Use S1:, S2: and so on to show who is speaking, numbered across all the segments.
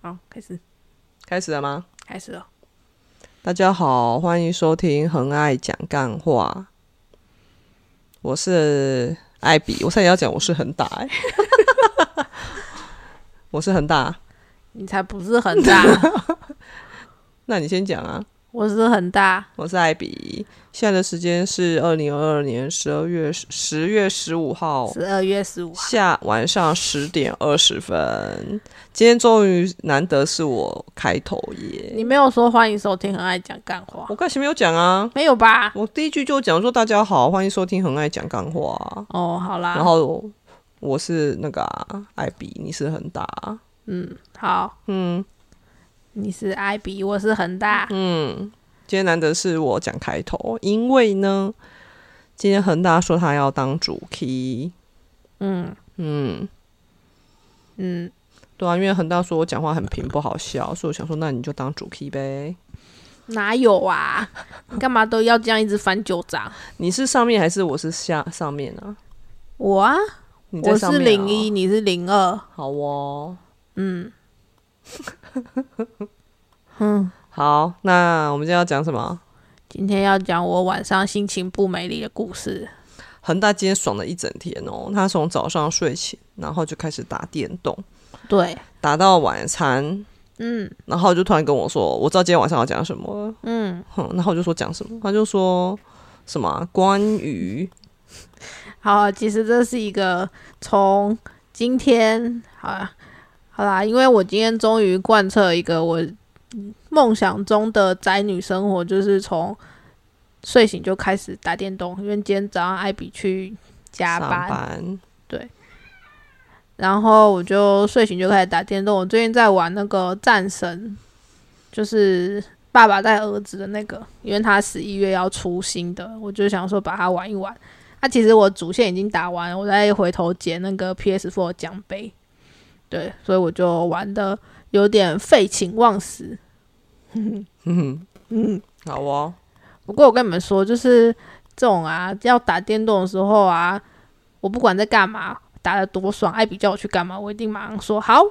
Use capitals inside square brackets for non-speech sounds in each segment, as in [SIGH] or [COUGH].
S1: 好，开始，
S2: 开始了吗？
S1: 开始了。
S2: 大家好，欢迎收听《很爱讲干话》，我是艾比。我现在要讲我是恒大、欸， [LAUGHS] 我是恒大。
S1: 你才不是很
S2: [LAUGHS]
S1: 大，
S2: 那你先讲啊，
S1: 我是很大。
S2: 我是艾比。现在的时间是二零二二年十二月十月十五号
S1: 十二月十五号，
S2: 下晚上十点二十分。今天终于难得是我开头耶，
S1: 你没有说欢迎收听，很爱讲干话，
S2: 我刚才没有讲啊。
S1: 没有吧？
S2: 我第一句就讲说大家好，欢迎收听《很爱讲干话》
S1: 哦，好啦，
S2: 然后我我是那个啊艾、比，你是恒大啊，
S1: 嗯，好，嗯，你是艾比，我是恒大，
S2: 嗯今天难得是我讲开头，因为呢，今天恒大说他要当主 key，
S1: 嗯
S2: 嗯，
S1: 嗯，
S2: 对啊，因为恒大说我讲话很平不好笑，所以我想说那你就当主 key 呗。
S1: 哪有啊？你干嘛都要这样一直翻旧账？
S2: 你是上面还是我是下上面啊？
S1: 我啊，
S2: 你在
S1: 我
S2: 上
S1: 是
S2: 面、啊、
S1: 零一，，你是零二，
S2: 好哦。
S1: 嗯，
S2: [LAUGHS] 好，那我们今天要讲什么？
S1: 今天要讲我晚上心情不美丽的故事。
S2: 恒大今天爽了一整天哦，他从早上睡醒，然后就开始打电动，
S1: 对，
S2: 打到晚餐，
S1: 嗯
S2: 然后就突然跟我说，我知道今天晚上要讲什么了，
S1: 嗯，
S2: 哼，然后我就说讲什么，他就说什么啊关于
S1: 好，其实这是一个从今天，好啦，好啦，因为我今天终于贯彻一个我梦想中的宅女生活，就是从睡醒就开始打电动，因为今天早上艾比去加
S2: 上
S1: 班，
S2: 班，
S1: 然后我就睡醒就开始打电动。我最近在玩那个战神，就是爸爸带儿子的那个，因为他十一月要出新的，我就想说把它玩一玩。那、其实我主线已经打完，我再回头捡那个 PS4 的奖杯，对，所以我就玩的有点废寝忘食。
S2: 好哦，
S1: 不过我跟你们说，就是这种啊，要打电动的时候啊，我不管在干嘛，打的多爽，艾比叫我去干嘛，我一定马上说好，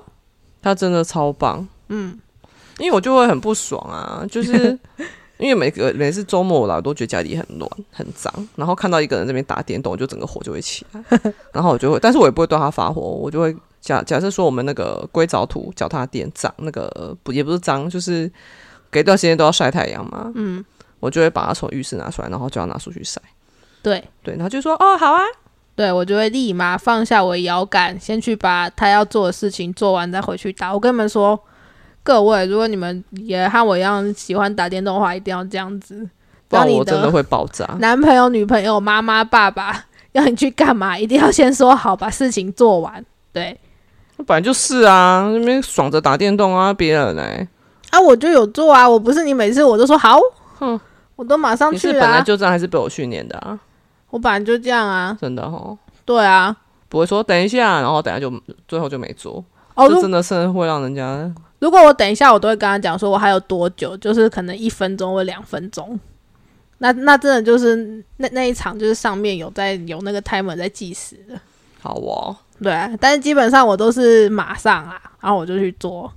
S2: 他真的超棒，嗯，因为我就会很不爽 [LAUGHS] 啊，就是。因为每个每次周末我来，我都觉得家里很乱很脏，然后看到一个人这边打电动，我就整个火就会起来， [LAUGHS] 然后我就会，但是我也不会对他发火，我就会假假设说我们那个硅藻土脚踏垫脏，那个不也不是脏，就是隔一段时间都要晒太阳嘛，嗯，我就会把它从浴室拿出来，然后就要拿出去晒，
S1: 对。
S2: 对，然后就说哦好啊，
S1: 对我就会立马放下我的摇杆，先去把他要做的事情做完，再回去打。我跟你们说，各位，如果你们也和我一样喜欢打电动的话，一定要这样子。
S2: 不
S1: 当
S2: 然
S1: 你
S2: 我真的
S1: 的
S2: 会爆炸。
S1: [LAUGHS] 男朋友、女朋友、妈妈、爸爸要你去干嘛，一定要先说好，把事情做完。对
S2: 本来就是啊，那边爽着打电动啊，别人呢、
S1: 啊，我就有做啊，我不是你每次我都说好，
S2: 哼，
S1: 我都马上
S2: 你
S1: 去
S2: 是本
S1: 了、
S2: 来
S1: 啊，
S2: 就这样，还是被我训练的啊？
S1: 我本来就这样啊，
S2: 真的哦，
S1: 对啊。
S2: 不会说等一下，然后等一下就最后就没做，
S1: 哦，如
S2: 这真的是会让人家
S1: 如果我等一下，我都会跟他讲说我还有多久，就是可能一分钟或两分钟。那那真的就是那那一场就是上面有在有那个 timer 在计时的，
S2: 好哦。
S1: 对啊、但是基本上我都是马上啊，然后我就去做。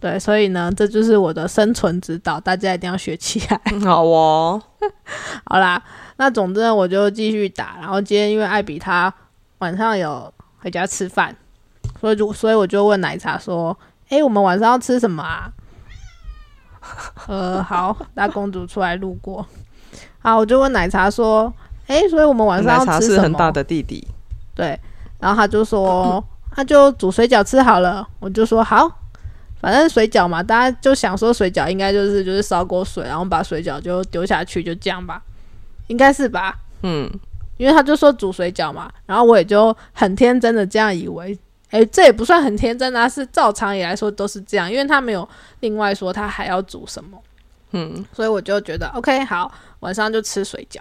S1: 对，所以呢，这就是我的生存之道，大家一定要学起来。
S2: 好哦，
S1: 好啦，那总之呢，我就继续打。然后今天因为艾比他晚上有回家吃饭，所以就所以我就问奶茶说：“诶，我们晚上要吃什么啊？”呃，好，大公主出来路过，好，我就问奶茶说：“诶，所以我们 [LAUGHS] 晚上
S2: 奶
S1: 要
S2: 茶
S1: 吃
S2: 是
S1: 什
S2: 很大
S1: 么
S2: 的弟弟，？”
S1: 对，然后他就说：“那就煮水饺吃好了。”我就说：“好。”反正水饺嘛，大家就想说水饺应该就是就是烧锅水，然后把水饺就丢下去，就这样吧，应该是吧？
S2: 嗯，
S1: 因为他就说煮水饺嘛，然后我也就很天真的这样以为，诶，这也不算很天真啊，是照常理来说都是这样，因为他没有另外说他还要煮什么，嗯，所以我就觉得 OK 好，晚上就吃水饺，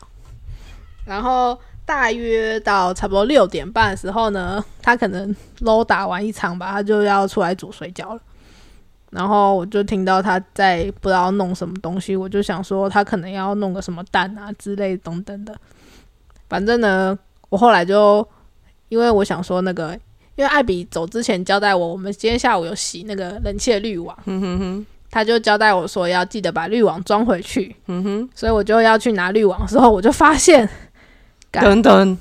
S1: 然后大约到差不多六点半的时候呢，他可能 low 打完一场吧，他就要出来煮水饺了。然后我就听到他在不知道弄什么东西，我就想说他可能要弄个什么蛋啊之类等等的。反正呢，我后来就因为我想说那个因为艾比走之前交代我，我们今天下午有洗那个冷气的滤网，
S2: 哼哼哼，
S1: 他就交代我说要记得把滤网装回去，
S2: 哼嗯哼，
S1: 所以我就要去拿滤网的时候，我就发现，干
S2: 等等，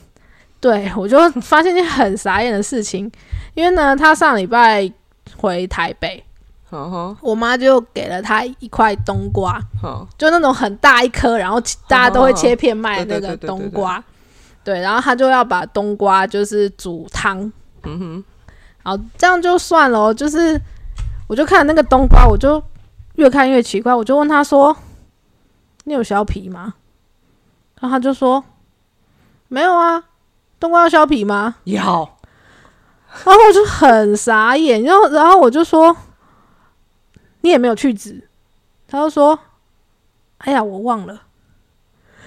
S1: 对我就发现一件很傻眼的事情，因为呢，他上礼拜回台北，
S2: 好好
S1: 我妈就给了他一块冬瓜，
S2: 好，
S1: 就那种很大一颗，然后切大家都会切片卖的
S2: 哦对
S1: 那
S2: 对
S1: 个
S2: 对对
S1: 冬
S2: 对
S1: 瓜，对，然后他就要把冬瓜就是煮汤，
S2: 嗯哼，
S1: 好，这样就算了哦。就是我就看那个冬瓜，我就越看越奇怪，我就问他说：“你有削皮吗？”然后他就说：“没有啊，冬瓜要削皮吗
S2: 要，？”
S1: 然后我就很傻眼，然后然后我就说：“你也没有去籽。”他就说：“哎呀，我忘了。”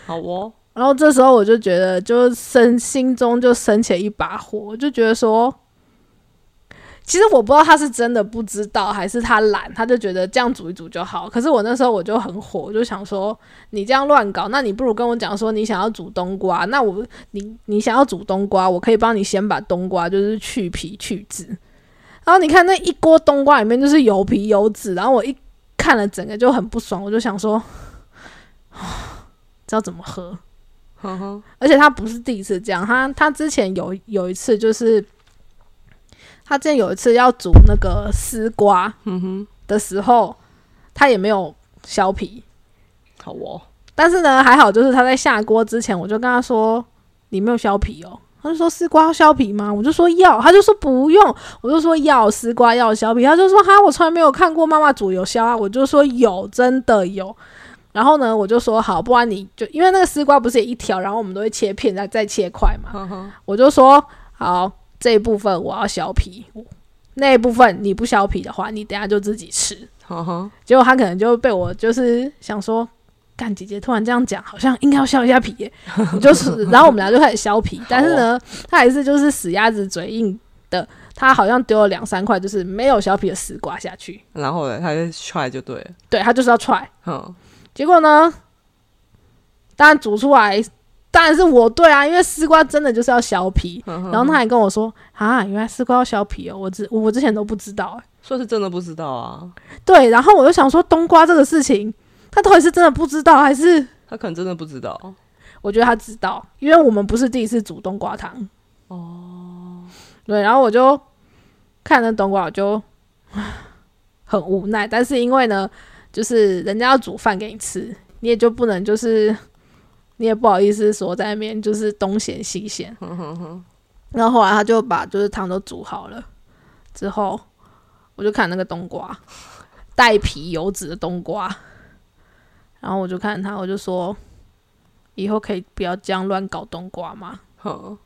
S2: 好哦，
S1: 然后这时候我就觉得，就生心中就升起了一把火，我就觉得说，其实我不知道他是真的不知道，还是他懒，他就觉得这样煮一煮就好。可是我那时候我就很火，我就想说，你这样乱搞，那你不如跟我讲说你想要煮冬瓜，那我你你想要煮冬瓜，我可以帮你先把冬瓜就是去皮去籽。然后你看那一锅冬瓜里面就是有皮有籽，然后我一看了整个就很不爽，我就想说，知道怎么喝。
S2: 哼哼，
S1: 而且他不是第一次这样，他他之前有有一次就是，他之前有一次要煮那个丝瓜
S2: 嗯哼，
S1: 的时候，他也没有削皮，
S2: 好哦，
S1: 但是呢还好就是他在下锅之前，我就跟他说你没有削皮哦，他就说丝瓜要削皮吗？我就说要，他就说不用，我就说要丝瓜要削皮，他就说哈我从来没有看过妈妈煮有削啊，我就说有真的有。然后呢，我就说好，不然你就因为那个丝瓜不是也一条，然后我们都会切片，再再切块嘛。
S2: 哼哼，
S1: 我就说好，这一部分我要削皮，那一部分你不削皮的话，你等下就自己吃。
S2: 好好，
S1: 结果他可能就被我就是想说，干姐姐突然这样讲，好像应该要削一下皮耶，我就是，然后我们俩就开始削皮，但是呢，他还是就是死鸭子嘴硬的，他好像丢了两三块，就是没有削皮的丝瓜下去，
S2: 然后嘞，他就 try 就对了，
S1: 对他就是要踹，
S2: 哼，
S1: 结果呢，当然煮出来。当然是我对啊，因为丝瓜真的就是要削皮，
S2: 然
S1: 然后他还跟我说啊，原来丝瓜要削皮哦，我之我之前都不知道、欸。
S2: 说是真的不知道啊，
S1: 对，然后我就想说冬瓜这个事情，他到底是真的不知道，还是
S2: 他可能真的不知道，
S1: 我觉得他知道，因为我们不是第一次煮冬瓜汤。哦，对，然后我就看那冬瓜，我就 [SIGHS] 很无奈，但是因为呢，就是人家要煮饭给你吃，你也就不能就是你也不好意思说在那边就是东嫌西嫌。
S2: 哼哼哼，
S1: 然后后来他就把就是汤都煮好了之后，我就看那个冬瓜，带皮油脂的冬瓜，然后我就看他，我就说，以后可以不要这样乱搞冬瓜吗？
S2: 哼，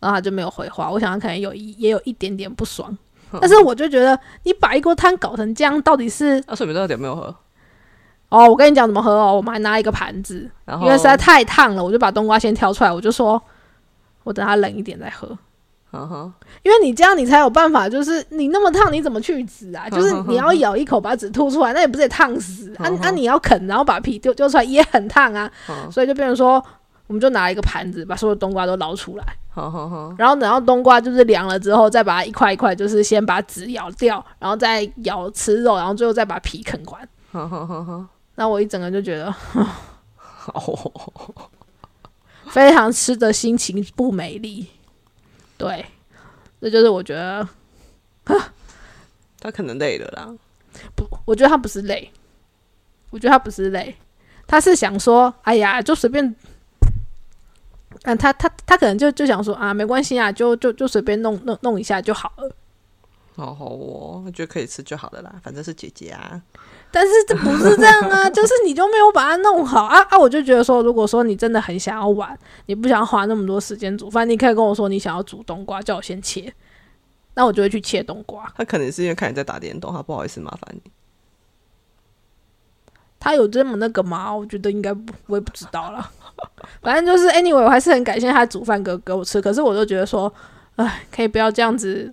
S1: 然后他就没有回话，我想他可能有一也有一点点不爽，但是我就觉得你把一锅汤搞成这样，到底是
S2: 那水你啊到底有没有喝？
S1: 哦，我跟你讲怎么喝哦，我们还拿一个盘子，
S2: 然后
S1: 因为实在太烫了，我就把冬瓜先挑出来，我就说，我等它冷一点再喝。
S2: 嗯哼，
S1: 因为你这样你才有办法，就是你那么烫，你怎么去籽啊？就是你要咬一口把籽吐出来，那你不是也烫死？啊
S2: 嗯哼
S1: 啊！你要啃，然后把皮丢丢出来也很烫啊，
S2: 嗯
S1: 所以就变成说。我们就拿一个盘子，把所有冬瓜都捞出来，
S2: 好好好，
S1: 然后等到冬瓜就是凉了之后，再把它一块一块，就是先把籽咬掉，然后再咬吃肉，然后最后再把皮啃完。
S2: 好好好好，
S1: 那我一整个就觉得
S2: [LAUGHS] 哦，
S1: 非常吃的心情不美丽，对，这就是我觉得
S2: 他可能累了啦，
S1: 不，我觉得他不是累，我觉得他不是累，他是想说，哎呀，就随便，嗯，他他他可能就就想说啊，没关系啊，就就就随便弄弄弄一下就好了。
S2: 好好哦，我觉得可以吃就好了啦，反正是姐姐啊，
S1: 但是这不是这样啊， [LAUGHS] 就是你就没有把它弄好啊啊！我就觉得说，如果说你真的很想要玩，你不想花那么多时间煮饭，你可以跟我说你想要煮冬瓜，叫我先切，那我就会去切冬瓜。
S2: 他可能是因为看你在打电动，他不好意思麻烦你。
S1: 他有这么那个吗？我觉得应该不，我也不知道了。 [LAUGHS] 反正就是 anyway，我还是很感谢他煮饭给给我吃。可是我就觉得说，哎，可以不要这样子，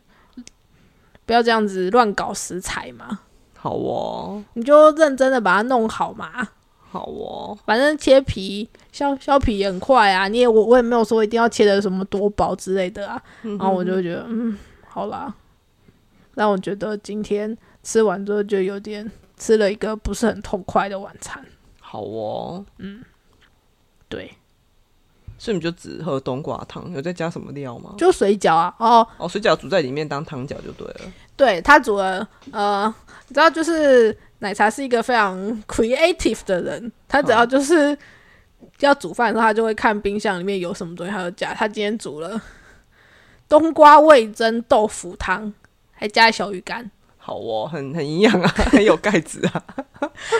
S1: 不要这样子乱搞食材嘛，
S2: 好哦，
S1: 你就认真的把它弄好嘛。
S2: 好哦，
S1: 反正切皮削削皮也很快啊，你也我我也没有说一定要切的什么多薄之类的啊，然后我就觉得嗯，好啦，让我觉得今天吃完之后就有点吃了一个不是很痛快的晚餐，
S2: 好哦，
S1: 对，
S2: 所以你就只喝冬瓜汤，有再加什么料吗？
S1: 就水饺啊，哦，
S2: 哦，水饺煮在里面当汤饺就对了。
S1: 对他煮了，呃，你知道，就是奶茶是一个非常 creative 的人，他只要就是要煮饭的时候，他就会看冰箱里面有什么东西，他就加。他今天煮了冬瓜味增豆腐汤，还加小鱼干。
S2: 好哦，很很营养啊， [LAUGHS] 很有钙质啊。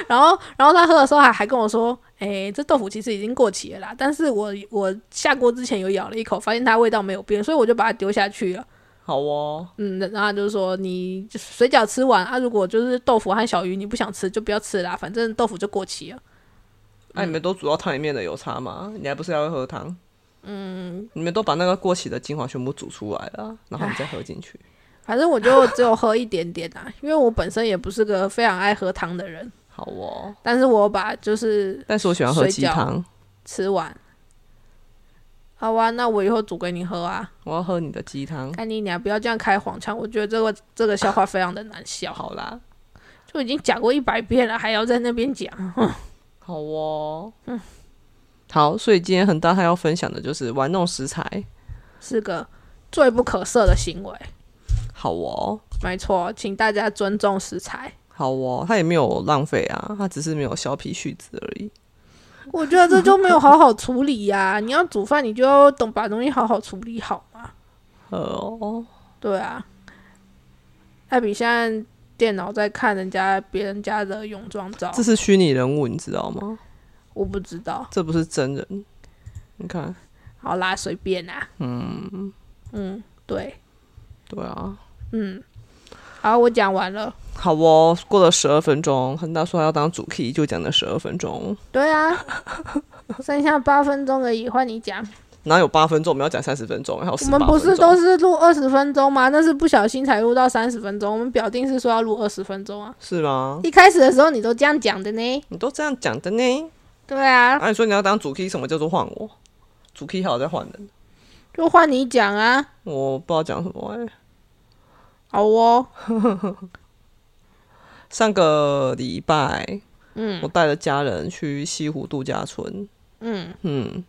S1: 然后，然后他喝的时候还还跟我说：“诶，这豆腐其实已经过期了啦，但是我我下锅之前有咬了一口，发现它味道没有变，所以我就把它丢下去了。”
S2: 好哦，
S1: 嗯，然后他就是说你就是水饺吃完啊，如果就是豆腐和小鱼你不想吃就不要吃啦，反正豆腐就过期了。
S2: 那、啊你们都煮到汤里面的有差吗？你还不是要喝汤？嗯，你们都把那个过期的精华全部煮出来了，然后你再喝进去。
S1: 反正我就只有喝一点点啦、因为我本身也不是个非常爱喝汤的人，
S2: 好哦，
S1: 但是我把就是
S2: 但是我喜欢喝
S1: 水
S2: 鸡
S1: 饺
S2: 汤，
S1: 吃完。好啊，那我以后煮给你喝啊。
S2: 我要喝你的鸡汤。
S1: 看你俩不要这样开黄腔，我觉得这个这个笑话非常的难笑，
S2: 好啦，
S1: 就已经讲过一百遍了，还要在那边讲。
S2: 好哦，嗯，好，所以今天恒大他要分享的就是玩弄食材。
S1: 是个罪不可赦的行为。
S2: 好哦，
S1: 没错，请大家尊重食材。
S2: 好哦，他也没有浪费啊，他只是没有削皮絮子而已。
S1: 我觉得这就没有好好处理呀、你要煮饭，你就要懂把东西好好处理好嘛。
S2: 呃哦，
S1: 对啊，艾比现在电脑在看人家别人家的泳装照
S2: 这，是虚拟人物，你知道吗？
S1: 我不知道。
S2: 这不是真人。你看，
S1: 好啦，随便啦。嗯嗯，对，
S2: 对啊，
S1: 嗯。好，我讲完了。
S2: 好哦，过了十二分钟，恒大说他要当主 key，就讲了十二分钟，
S1: 对啊，剩下八分钟而已，换你讲。
S2: 哪有八分钟？我们要讲三十分钟，还有
S1: 我
S2: 18
S1: 们不是
S2: 分钟
S1: 都是录二十分钟吗？那是不小心才录到三十分钟。我们表定是说要录二十分钟啊。
S2: 是吗？
S1: 一开始的时候你都这样讲的呢。
S2: 你都这样讲的呢？
S1: 对啊，
S2: [LAUGHS] 啊，你说你要当主 key，什么叫做换我？主 key 还有在换人，
S1: 就换你讲啊。
S2: 我不知道讲什么、欸。
S1: 好哦，
S2: 上个礼拜，
S1: 嗯
S2: 我带着家人去西湖度假村，
S1: 嗯
S2: 嗯，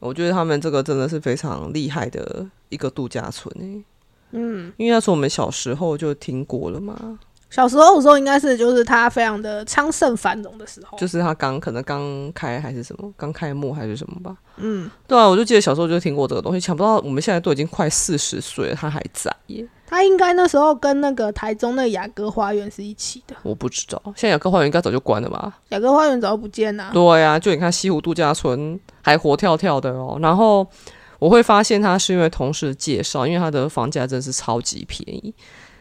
S2: 我觉得他们这个真的是非常厉害的一个度假村诶、
S1: 嗯，
S2: 因为那时候我们小时候就听过了嘛，
S1: 小时候的时候应该是就是他非常的昌盛繁荣的时候，
S2: 就是他刚可能刚开还是什么，刚开幕还是什么吧，
S1: 嗯，
S2: 对啊，我就记得小时候就听过这个东西，想不到我们现在都已经快四十岁了，他还在耶，
S1: 他应该那时候跟那个台中那雅阁花园是一起的，
S2: 我不知道，现在有个花园应该早就关了吧？
S1: 雅阁花园早就不见了、
S2: 对啊，就你看西湖度假村还活跳跳的哦。然后我会发现它是因为同事介绍，因为它的房价真是超级便宜，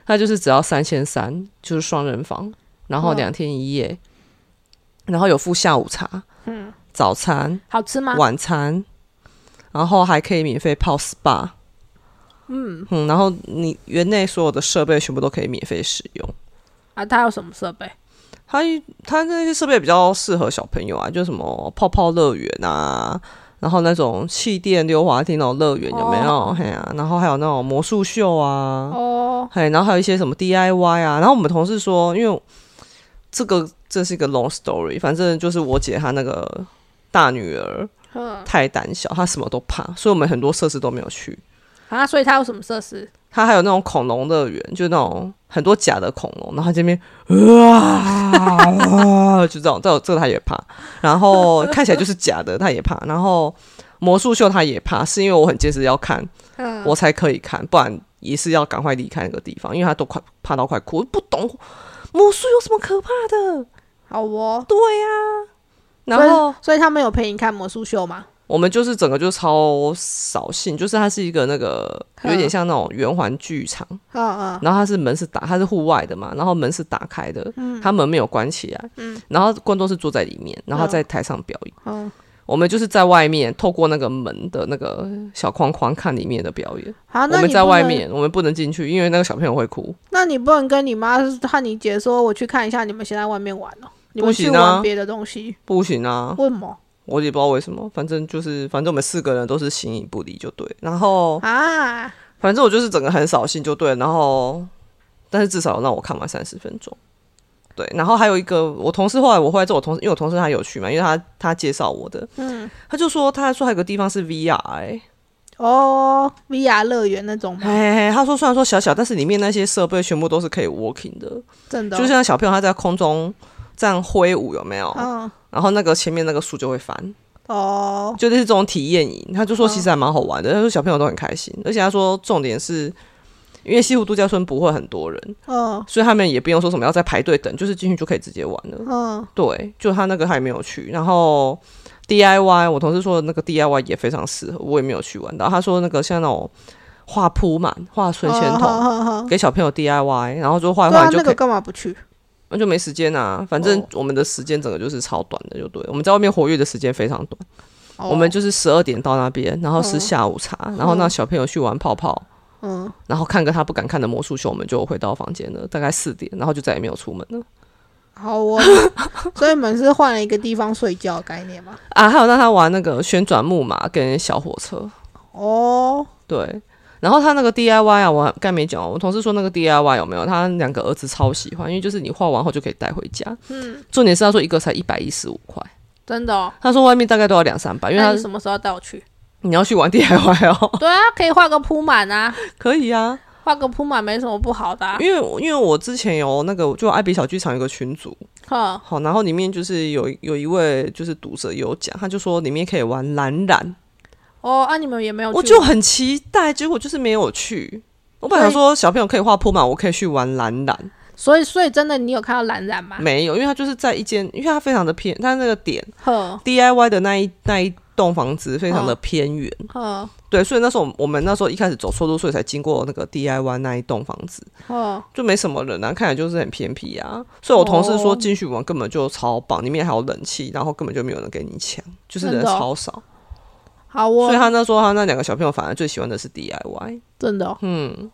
S2: 它就是只要三千三，就是双人房，然后
S1: 嗯
S2: 两天一夜，然后有附下午茶、
S1: 嗯，啊
S2: 早餐、
S1: 好吃吗？
S2: 晚餐，然后还可以免费泡 SPA。
S1: 嗯，
S2: 嗯，然后你园内所有的设备全部都可以免费使用。
S1: 啊，他有什么设备？
S2: 它它那些设备比较适合小朋友啊，就什么泡泡乐园啊，然后那种气垫溜滑梯那种乐园有没有
S1: 哦？
S2: 嘿啊，然后还有那种魔术秀啊，
S1: 哦，
S2: 嘿，然后还有一些什么 DIY 啊。然后我们同事说，因为这个这是一个 long story，反正就是我姐她那个大女儿
S1: 嗯
S2: 太胆小，她什么都怕，所以我们很多设施都没有去。
S1: 啊，所以他有什么设施？
S2: 它还有那种恐龙乐园，就是那种很多假的恐龙，然后这边啊，就这种，这种这个他也怕，然后看起来就是假的，他也怕，然后魔术秀他也怕，是因为我很坚持要看，
S1: 嗯，
S2: 我才可以看，不然也是要赶快离开那个地方，因为他都快怕到快哭，我不懂魔术有什么可怕的，
S1: 好哦，
S2: 对呀、然后
S1: 所以所以他们有陪你看魔术秀吗？
S2: 我们就是整个就超扫兴，就是它是一个那个有点像那种圆环剧场。
S1: 嗯嗯，
S2: 然后它是门是打，它是户外的嘛，然后门是打开的，
S1: 嗯
S2: 它门没有关起来，然后观众是坐在里面，然后在台上表演，
S1: 嗯
S2: 我们就是在外面透过那个门的那个小框框看里面的表演，
S1: 好，
S2: 我
S1: 啊那
S2: 们
S1: 你
S2: 在
S1: 不
S2: 外
S1: 能，
S2: 面，我们不能进去，因为那个小朋友会哭，
S1: 那你不能跟你妈和你姐说，我去看一下你们现在外面玩哦。你们去
S2: 不行啊
S1: 玩别的东西，
S2: 不行啊，
S1: 为什么
S2: 我也不知道为什么，反正就是反正我们四个人都是形影不离就对。然后
S1: 啊？
S2: 反正我就是整个很扫兴就对了，然后但是至少让我看完三十分钟。对，然后还有一个，我同事后来我后来之后，我同事因为我同事他有去嘛，因为他他介绍我的，
S1: 嗯，
S2: 他就说他还说还有个地方是 VR，哎、
S1: 哦，VR 乐园那种吗？
S2: 哎，他说虽然说小小，但是里面那些设备全部都是可以 working 的，
S1: 真的哦、
S2: 就像小朋友他在空中这样挥舞有没有？
S1: 嗯
S2: 然后那个前面那个树就会翻，
S1: 哦，
S2: 就类似这种体验营，他就说其实还蛮好玩的，他说小朋友都很开心，而且他说重点是。因为西湖度假村不会很多人，
S1: 嗯
S2: 所以他们也不用说什么要在排队等，就是进去就可以直接玩了。
S1: 嗯，
S2: 对，就他那个还没有去，然后 DIY，我同事说的那个 DIY 也非常适合，我也没有去玩到。他说那个像那种画铺满、画水仙
S1: 哦
S2: 筒，
S1: 好好好
S2: 给小朋友 DIY，然后就画一
S1: 对
S2: 画
S1: 啊，
S2: 你就
S1: 那
S2: 可
S1: 个
S2: 以，
S1: 干嘛不去？
S2: 那、就没时间啊。反正
S1: 哦
S2: 我们的时间整个就是超短的，就对。我们在外面活跃的时间非常短，
S1: 哦
S2: 我们就是十二点到那边，然后吃
S1: 嗯
S2: 下午茶，然后让小朋友去玩泡泡。
S1: 嗯，
S2: 然后看个他不敢看的魔术秀，我们就回到房间了，大概四点，然后就再也没有出门了。
S1: 好哦， [LAUGHS] 所以你们是换了一个地方睡觉的概念吗？
S2: 啊，还有让他玩那个旋转木马跟小火车，
S1: 哦，
S2: 对。然后他那个 DIY 啊，我刚才没讲哦，我同事说那个 DIY 有没有？他两个儿子超喜欢，因为就是你画完后就可以带回家。嗯，重点是他说一个才一百一十五块，
S1: 真的、哦，
S2: 他说外面大概都要两三百，因为
S1: 那
S2: 他
S1: 你什么时候要带我去？
S2: 你要去玩 [LAUGHS] DIY 哦，
S1: 对啊，可以画个铺满啊，
S2: 可以啊，
S1: 画个铺满没什么不好的、啊。
S2: 因为因为我之前有那个就爱比小剧场有个群组，
S1: 哼，
S2: 好，然后里面就是有有一位就是读者有讲，他就说里面可以玩蓝染，
S1: 哦，啊，你们也没有去，
S2: 我就很期待，结果就是没有去。我本来想说小朋友可以画铺满，我可以去玩蓝蓝，
S1: 所以所以真的你有看到蓝染吗？
S2: 没有，因为它就是在一间，因为它非常的偏，它那个点嗯
S1: 哼
S2: DIY 的那一那一栋房子非常
S1: 嗯
S2: 的偏远，
S1: 哼
S2: 对，所以那时候我们那时候一开始走错路，所以才经过那个 DIY 那一栋房子，
S1: 哼，
S2: 就没什么人啊，看起来就是很偏僻啊。所以我同事说
S1: 哦
S2: 进去玩根本就超棒，里面还有冷气，然后根本就没有人给你抢，就是人
S1: 真的哦
S2: 超少。
S1: 好
S2: 所以
S1: 哦，
S2: 他那时候他那两个小朋友反而最喜欢的是 DIY，
S1: 真的、哦，
S2: 嗯，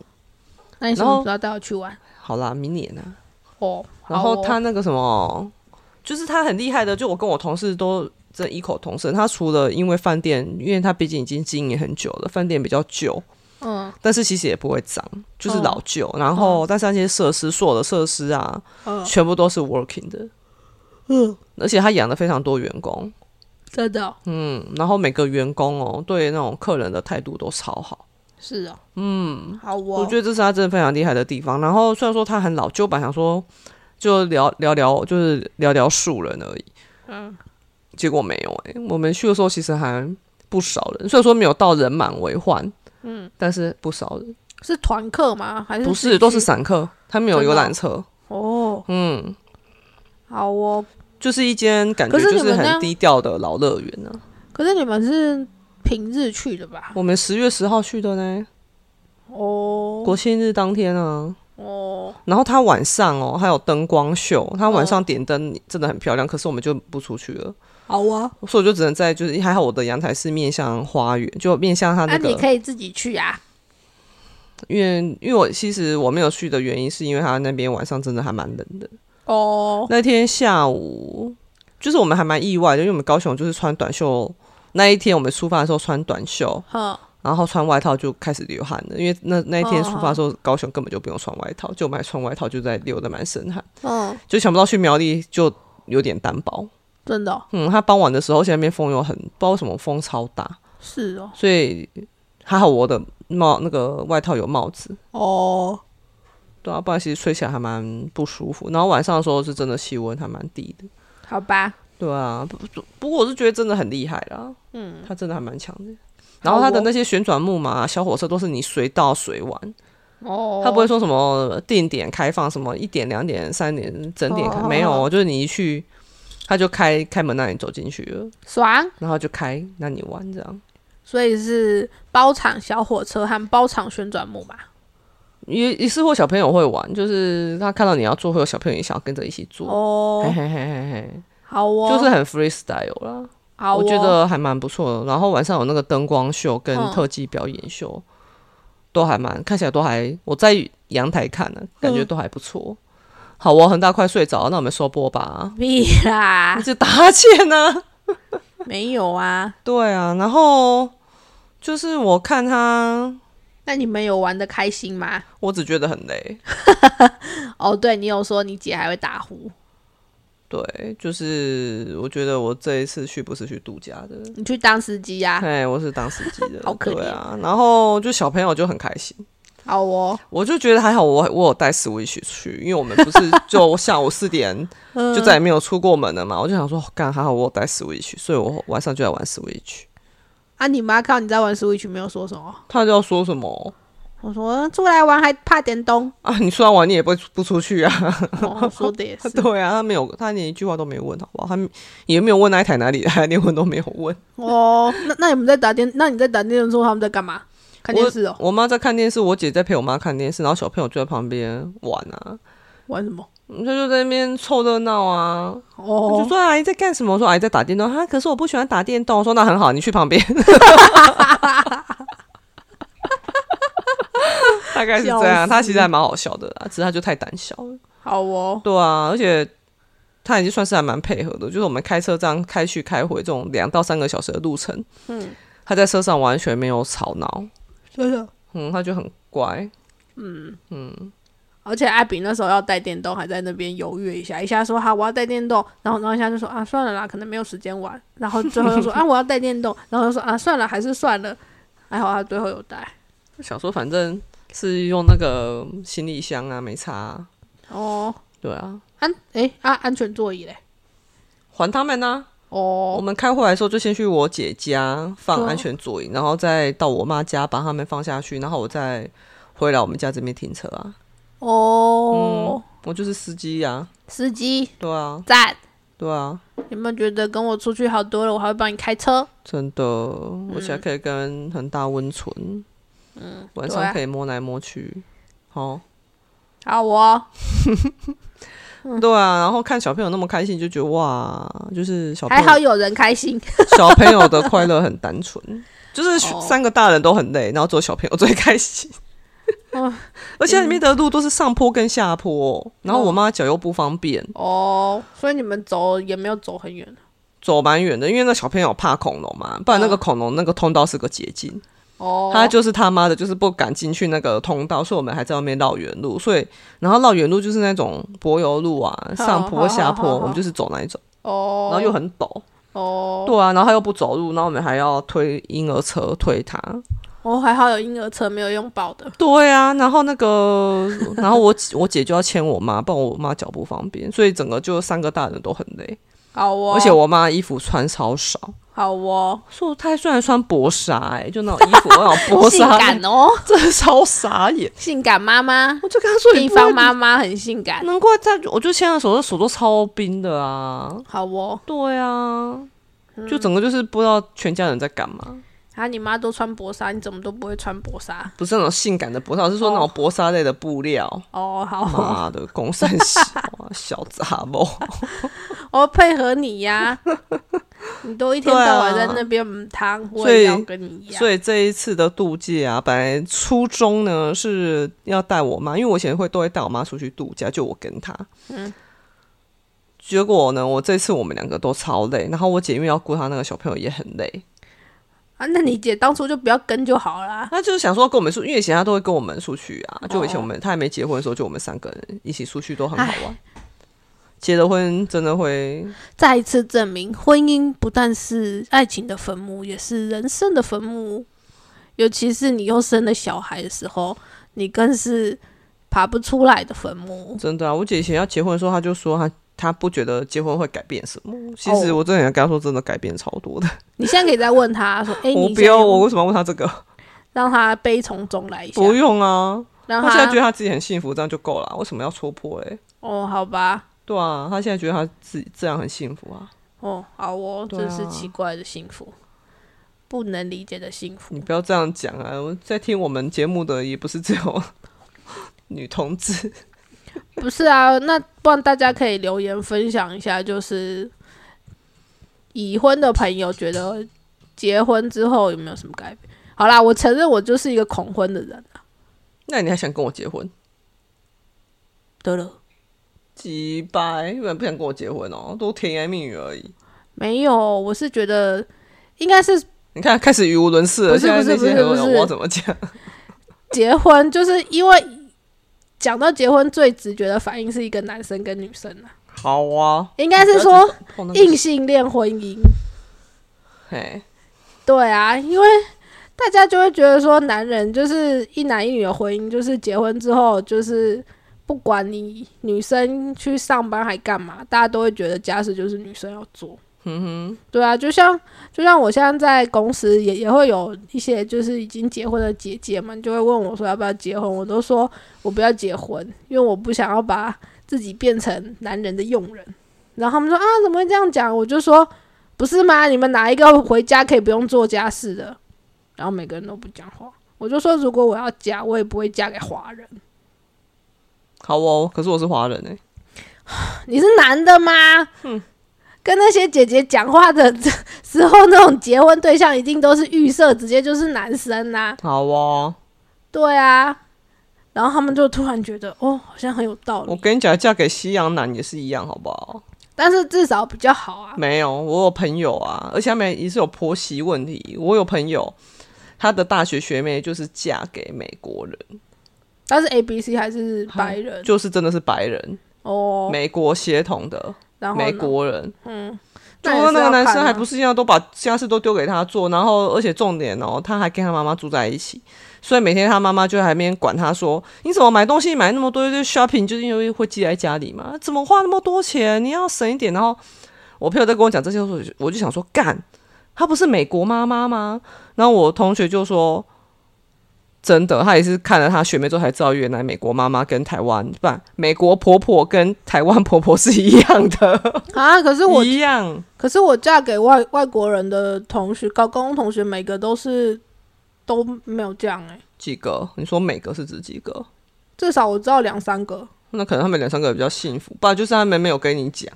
S1: 那你什
S2: 然
S1: 么
S2: 后
S1: 时候要带我去玩？
S2: 好啦，明年啊。
S1: 哦，
S2: 然
S1: 好
S2: 后
S1: 哦
S2: 他那个什么，就是他很厉害的，就我跟我同事都真异口同声。他除了因为饭店，因为他毕竟已经经营很久了，饭店比较旧，
S1: 嗯
S2: 但是其实也不会脏，就是
S1: 嗯
S2: 老旧。然后，但是那些设施，所有的设施啊，
S1: 嗯
S2: 全部都是 working 的，
S1: 嗯，
S2: 而且他养了非常多员工，
S1: 真的哦、
S2: 嗯，然后每个员工哦，对那种客人的态度都超好。
S1: 是哦，嗯，好哦，
S2: 我觉得这是他真的非常厉害的地方。然后虽然说他很老旧吧，想说就聊聊聊，就是聊聊树人而已。
S1: 嗯
S2: 结果没有哎、我们去的时候其实还不少人，虽然说没有到人满为患，
S1: 嗯，
S2: 但是不少人，
S1: 是团客吗？还是
S2: 不
S1: 自己
S2: 是都是
S1: 去
S2: 散客，他们有
S1: 真的
S2: 游
S1: 哦
S2: 览车，
S1: 哦，
S2: 嗯，
S1: 好哦，
S2: 就是一间感
S1: 可
S2: 觉
S1: 是你
S2: 就
S1: 们
S2: 是
S1: 那
S2: 很
S1: 样
S2: 低调的老乐园呢。啊
S1: 可是你们是平日去的吧？
S2: 我们十月十号去的呢，
S1: 哦
S2: 国庆日当天啊。
S1: 哦，
S2: 然后它晚上哦，还有灯光秀，它
S1: 嗯
S2: 晚上点灯真的很漂亮，可是我们就不出去了，
S1: 好啊，
S2: 所以我就只能在就是还好我的阳台是面向花园，就面向它
S1: 那、
S2: 那
S1: 啊
S2: 个。
S1: 你可以自己去啊。
S2: 因为因为我其实我没有去的原因，是因为他那边晚上真的还蛮冷的。
S1: 哦，
S2: 那天下午，就是我们还蛮意外的，因为我们高雄就是穿短袖。那一天我们出发的时候穿短袖，
S1: 哼，
S2: 然后穿外套就开始流汗了，因为那那一天出发的时候，高雄根本就不用穿外套，就我们还穿外套就在流的蛮深汗，
S1: 嗯，
S2: 就想不到去苗栗就有点单薄。
S1: 真的哦、
S2: 嗯，他傍晚的时候，现在那边风又很不知道为什么风超大，
S1: 是哦，
S2: 所以还好我的帽那个外套有帽子，
S1: 哦，
S2: 对啊，不然其实吹起来还蛮不舒服。然后晚上的时候是真的气温还蛮低的，
S1: 好吧，
S2: 对啊。不不不过我是觉得真的很厉害啦，嗯，他真的还蛮强的。然后
S1: 好
S2: 他的
S1: 哦
S2: 那些旋转木马啊、小火车都是你随到随玩，
S1: 哦，
S2: 他不会说什么定点开放，什么一点、两点、三点整点开，
S1: 哦
S2: 没有哦，就是你一去，他就开开门让你走进去了，
S1: 爽，
S2: 然后就开让你玩这样。
S1: 所以是包场小火车和包场旋转木马。
S2: 也也是或小朋友会玩，就是他看到你要做，会有小朋友也想要跟着一起做，嘿
S1: 哦，
S2: 嘿嘿嘿嘿，
S1: 好哦，
S2: 就是很 freestyle 啦。
S1: 好、哦，
S2: 我觉得还蛮不错的。然后晚上有那个灯光秀跟
S1: 嗯
S2: 特技表演秀，都还蛮看起来都还我在阳台看呢、感觉
S1: 嗯
S2: 都还不错。好哦，恒大快睡着，那我们收播吧。
S1: 屁啦
S2: 一，直打哈欠呢、
S1: 没有啊。
S2: [LAUGHS] 对啊，然后就是我看他，
S1: 那你们有玩的开心吗？
S2: 我只觉得很累。
S1: 哦，对你有说你姐还会打呼，
S2: 对，就是我觉得我这一次去不是去度假的，
S1: 你去当司机呀、啊？
S2: 哎，我是当司机的，
S1: 好可
S2: 对
S1: 怜
S2: 啊。然后就小朋友就很开心，
S1: 好哦，
S2: 我就觉得还好我，我有带 Switch 去，因为我们不是就下午
S1: [LAUGHS]
S2: 四点
S1: 嗯
S2: 就再也没有出过门了嘛。我就想说，哦干还好我有带 Switch，所以我晚上就来玩 Switch。
S1: 啊，你妈看到你在玩 Switch 没有说什么？
S2: 他就要说什么
S1: 我说嗯出来玩还怕电动，
S2: 啊？你说完你也不会不出去啊？
S1: 哦、说的也 [LAUGHS] 是。
S2: 对啊，他没有，他连一句话都没问，好不好？他也没有问那一台哪里来，连问都没有问。
S1: 哦，那那你们在打电，那你在打电动的时候他们在干嘛？看电视哦，
S2: 我妈在看电视，我姐在陪我妈看电视，然后小朋友就在旁边玩啊，
S1: 玩什么？
S2: 他就在那边凑热闹啊。我就
S1: 哦，
S2: 说阿姨在干什么？我说阿姨在打电动。啊，可是我不喜欢打电动。我说那很好，你去旁边。 [LAUGHS] 大概是这
S1: 笑
S2: 样，
S1: 死
S2: 他其实还蛮好笑的啦，只是他就太胆小了。
S1: 好哦，
S2: 对啊，而且他已经算是还蛮配合的，就是我们开车这样开去开回这种两到三个小时的路程，
S1: 嗯，
S2: 他在车上完全没有吵闹，
S1: 真的。
S2: 嗯，他就很乖。
S1: 而且艾比那时候要带电动，还在那边犹豫一下，一下说好我要带电动，然后然后一下就说啊算了啦，可能没有时间玩，然后最后又说啊我要带电动，然后又说啊算了还是算了，还好他最后有带。
S2: 想说反正是用那个行李箱啊，没差啊、
S1: 哦，
S2: 对啊，
S1: 安诶，啊安全座椅嘞，
S2: 还他们啊。我
S1: 哦
S2: 们开会来的时候就先去我姐家放
S1: 对啊
S2: 安全座椅，然后再到我妈家把他们放下去，然后我再回来我们家这边停车啊。
S1: 哦，
S2: 我就是司机啊，
S1: 司机
S2: 对啊，
S1: 赞，
S2: 对啊，
S1: 有没有觉得跟我出去好多了？我还会帮你开车，
S2: 真的，我现在可以跟恒大温存，嗯，晚
S1: 嗯对
S2: 上
S1: 啊
S2: 可以摸来摸去，好，
S1: 好哦，嗯
S2: 对啊，然后看小朋友那么开心，就觉得哇，就是小朋
S1: 还好
S2: 友
S1: 有人开心，
S2: 小朋友的快乐很单纯，
S1: [LAUGHS]
S2: 就是
S1: 哦
S2: 三个大人都很累，然后只有小朋友最开心。
S1: [LAUGHS] 哦
S2: [LAUGHS]
S1: 嗯
S2: 而且它里面的路都是上坡跟下坡，然后我妈脚又不方便，
S1: 哦，所以你们走也没有走很远
S2: 走蛮远的，因为那小朋友怕恐龙嘛，不然那个恐龙那个通道是个捷径，
S1: 嗯哦，
S2: 他就是他妈的，就是不敢进去那个通道，所以我们还在外面绕远路，所以然后绕远路就是那种柏油路啊，
S1: 好
S2: 上坡
S1: 好
S2: 下
S1: 好
S2: 坡，
S1: 好
S2: 我们就是走那一种，
S1: 哦，
S2: 然后又很陡，
S1: 哦，
S2: 对啊，然后他又不走路，然后我们还要推婴儿车推他，
S1: 哦还好有婴儿车没有用抱的。
S2: 对啊，然后那个， [LAUGHS] 然后我姐我姐就要牵我妈，不然我妈脚不方便，所以整个就三个大人都很累。
S1: 好哦，
S2: 而且我妈衣服穿超少，
S1: 好哦，
S2: 说她虽然穿薄纱、欸，就那种衣
S1: [LAUGHS]
S2: 服那种薄
S1: 性
S2: 纱，
S1: 感哦，
S2: 真的超傻眼。
S1: 性感妈妈，
S2: 我就跟她说，
S1: 地方妈妈很性感。
S2: 难怪她，我就牵她手，她手都超冰的啊。
S1: 好哦，
S2: 对啊，
S1: 嗯
S2: 就整个就是不知道全家人在干嘛，
S1: 啊，你妈都穿薄纱，你怎么都不会穿薄纱？
S2: 不是那种性感的薄纱，是说那种薄纱类的布料。
S1: 哦，好哦，
S2: 妈的，公三小
S1: [LAUGHS]
S2: 啊，小杂毛。
S1: 我哦配合你
S2: [LAUGHS]
S1: 呀、你都一天到晚在那边母汤，我也要跟你一样。
S2: 啊所以这一次的度假啊，本来初衷呢是要带我妈，因为我以前会都会带我妈出去度假，就我跟她。嗯。结果呢，我这次我们两个都超累，然后我姐因为要顾她那个小朋友也很累，
S1: 啊，那你姐当初就不要跟就好啦。
S2: 她就是想说跟我们出，因为以前她都会跟我们出去啊，就以前
S1: 哦
S2: 我们她还没结婚的时候，就我们三个人一起出去都很好玩。结了婚真的会，
S1: 再一次证明，婚姻不但是爱情的坟墓，也是人生的坟墓。尤其是你又生了小孩的时候，你更是爬不出来的坟墓。
S2: 真的啊！我姐以前要结婚的时候，她就说她她不觉得结婚会改变什么。其实
S1: 哦
S2: 我真的想跟她说，真的改变超多的。
S1: 你现在可以再问他说：“哎、
S2: 我
S1: 你
S2: 不要，
S1: 现在有
S2: 我为什么要问他这个？
S1: 让他悲从中来一下，
S2: [LAUGHS] 不用啊，
S1: 让
S2: 他现在觉得
S1: 他
S2: 他自己很幸福，这样就够了啊，为什么要戳破嘞？
S1: 哦，好吧，
S2: 对啊，他现在觉得他自己这样很幸福啊，
S1: 哦，好哦，
S2: 对啊
S1: 真是奇怪的幸福，不能理解的幸福
S2: 你。不要这样讲啊！我在听我们节目的也不是只有 [LAUGHS] 女同志，
S1: 不是啊，那不然大家可以留言分享一下，就是已婚的朋友觉得结婚之后有没有什么改变？好啦，我承认我就是一个恐婚的人啊，
S2: 那你还想跟我结婚？
S1: 得了，
S2: 几百，有人不想跟我结婚哦，都甜言蜜语而已。
S1: 没有，我是觉得应该是
S2: 你看，开始语无伦次了。
S1: 不是
S2: 现在
S1: 不是
S2: 那些
S1: 不是
S2: 很多人
S1: 不是
S2: 我要怎么讲？ [LAUGHS]
S1: 结婚，就是因为讲到结婚，最直觉的反应是一个男生跟女生啊，
S2: 好啊，
S1: 应该是
S2: 不要
S1: 说
S2: 只碰那个
S1: 异性恋婚姻。
S2: 嘿，
S1: 对啊，因为大家就会觉得说，男人就是一男一女的婚姻，就是结婚之后，就是不管你女生去上班还干嘛，大家都会觉得家事就是女生要做。
S2: 嗯
S1: 对啊，就像就像我现在在公司也也会有一些就是已经结婚的姐姐们，就会问我说要不要结婚，我都说我不要结婚，因为我不想要把自己变成男人的佣人。然后他们说啊，怎么会这样讲？我就说不是吗？你们哪一个回家可以不用做家事的？然后每个人都不讲话。我就说，如果我要嫁，我也不会嫁给华人。
S2: 哼，好哦。可是我是华人哎、
S1: 你是男的吗？跟那些姐姐讲话的时候，那种结婚对象一定都是预设，直接就是男生呐、
S2: 好哦。
S1: 对啊，然后他们就突然觉得，哦，好像很有道
S2: 我
S1: 理，
S2: 跟你讲，嫁给西洋男也是一样，好不好？
S1: 但是至少比较好啊。
S2: 没有，我有朋友啊，而且他们也是有婆媳问题。我有朋友，他的大学学妹就是嫁给美国人，
S1: 但是 A、B、C 还是白人
S2: 就是真的是白人，
S1: 哦，
S2: 美国血统的
S1: 然后呢
S2: 美，国人。
S1: 嗯，
S2: 就说那个男生还不
S1: 是啊
S2: 是一样，都把家事都丢给他做，然后而且重点哦，他还跟他妈妈住在一起，所以每天他妈妈就还没管他说，你怎么买东西买那么多，就是 shopping 就是因为会寄在家里嘛，怎么花那么多钱？你要省一点。然后我朋友在跟我讲这些时候，我就想说，干，她不是美国妈妈吗？然后我同学就说。真的，他也是看了他学妹之后才知道，原来美国妈妈跟台湾不，美国婆婆跟台湾婆婆是一样的，
S1: 啊，可是我
S2: [LAUGHS] 一样。
S1: 可是我嫁给外外国人的同学，高高中同学，每个都是都没有这样哎、
S2: 几个？你说每个是指几个？
S1: 至少我知道两三个。
S2: 那可能他们两三个比较幸福，不然就是他们没有跟你讲，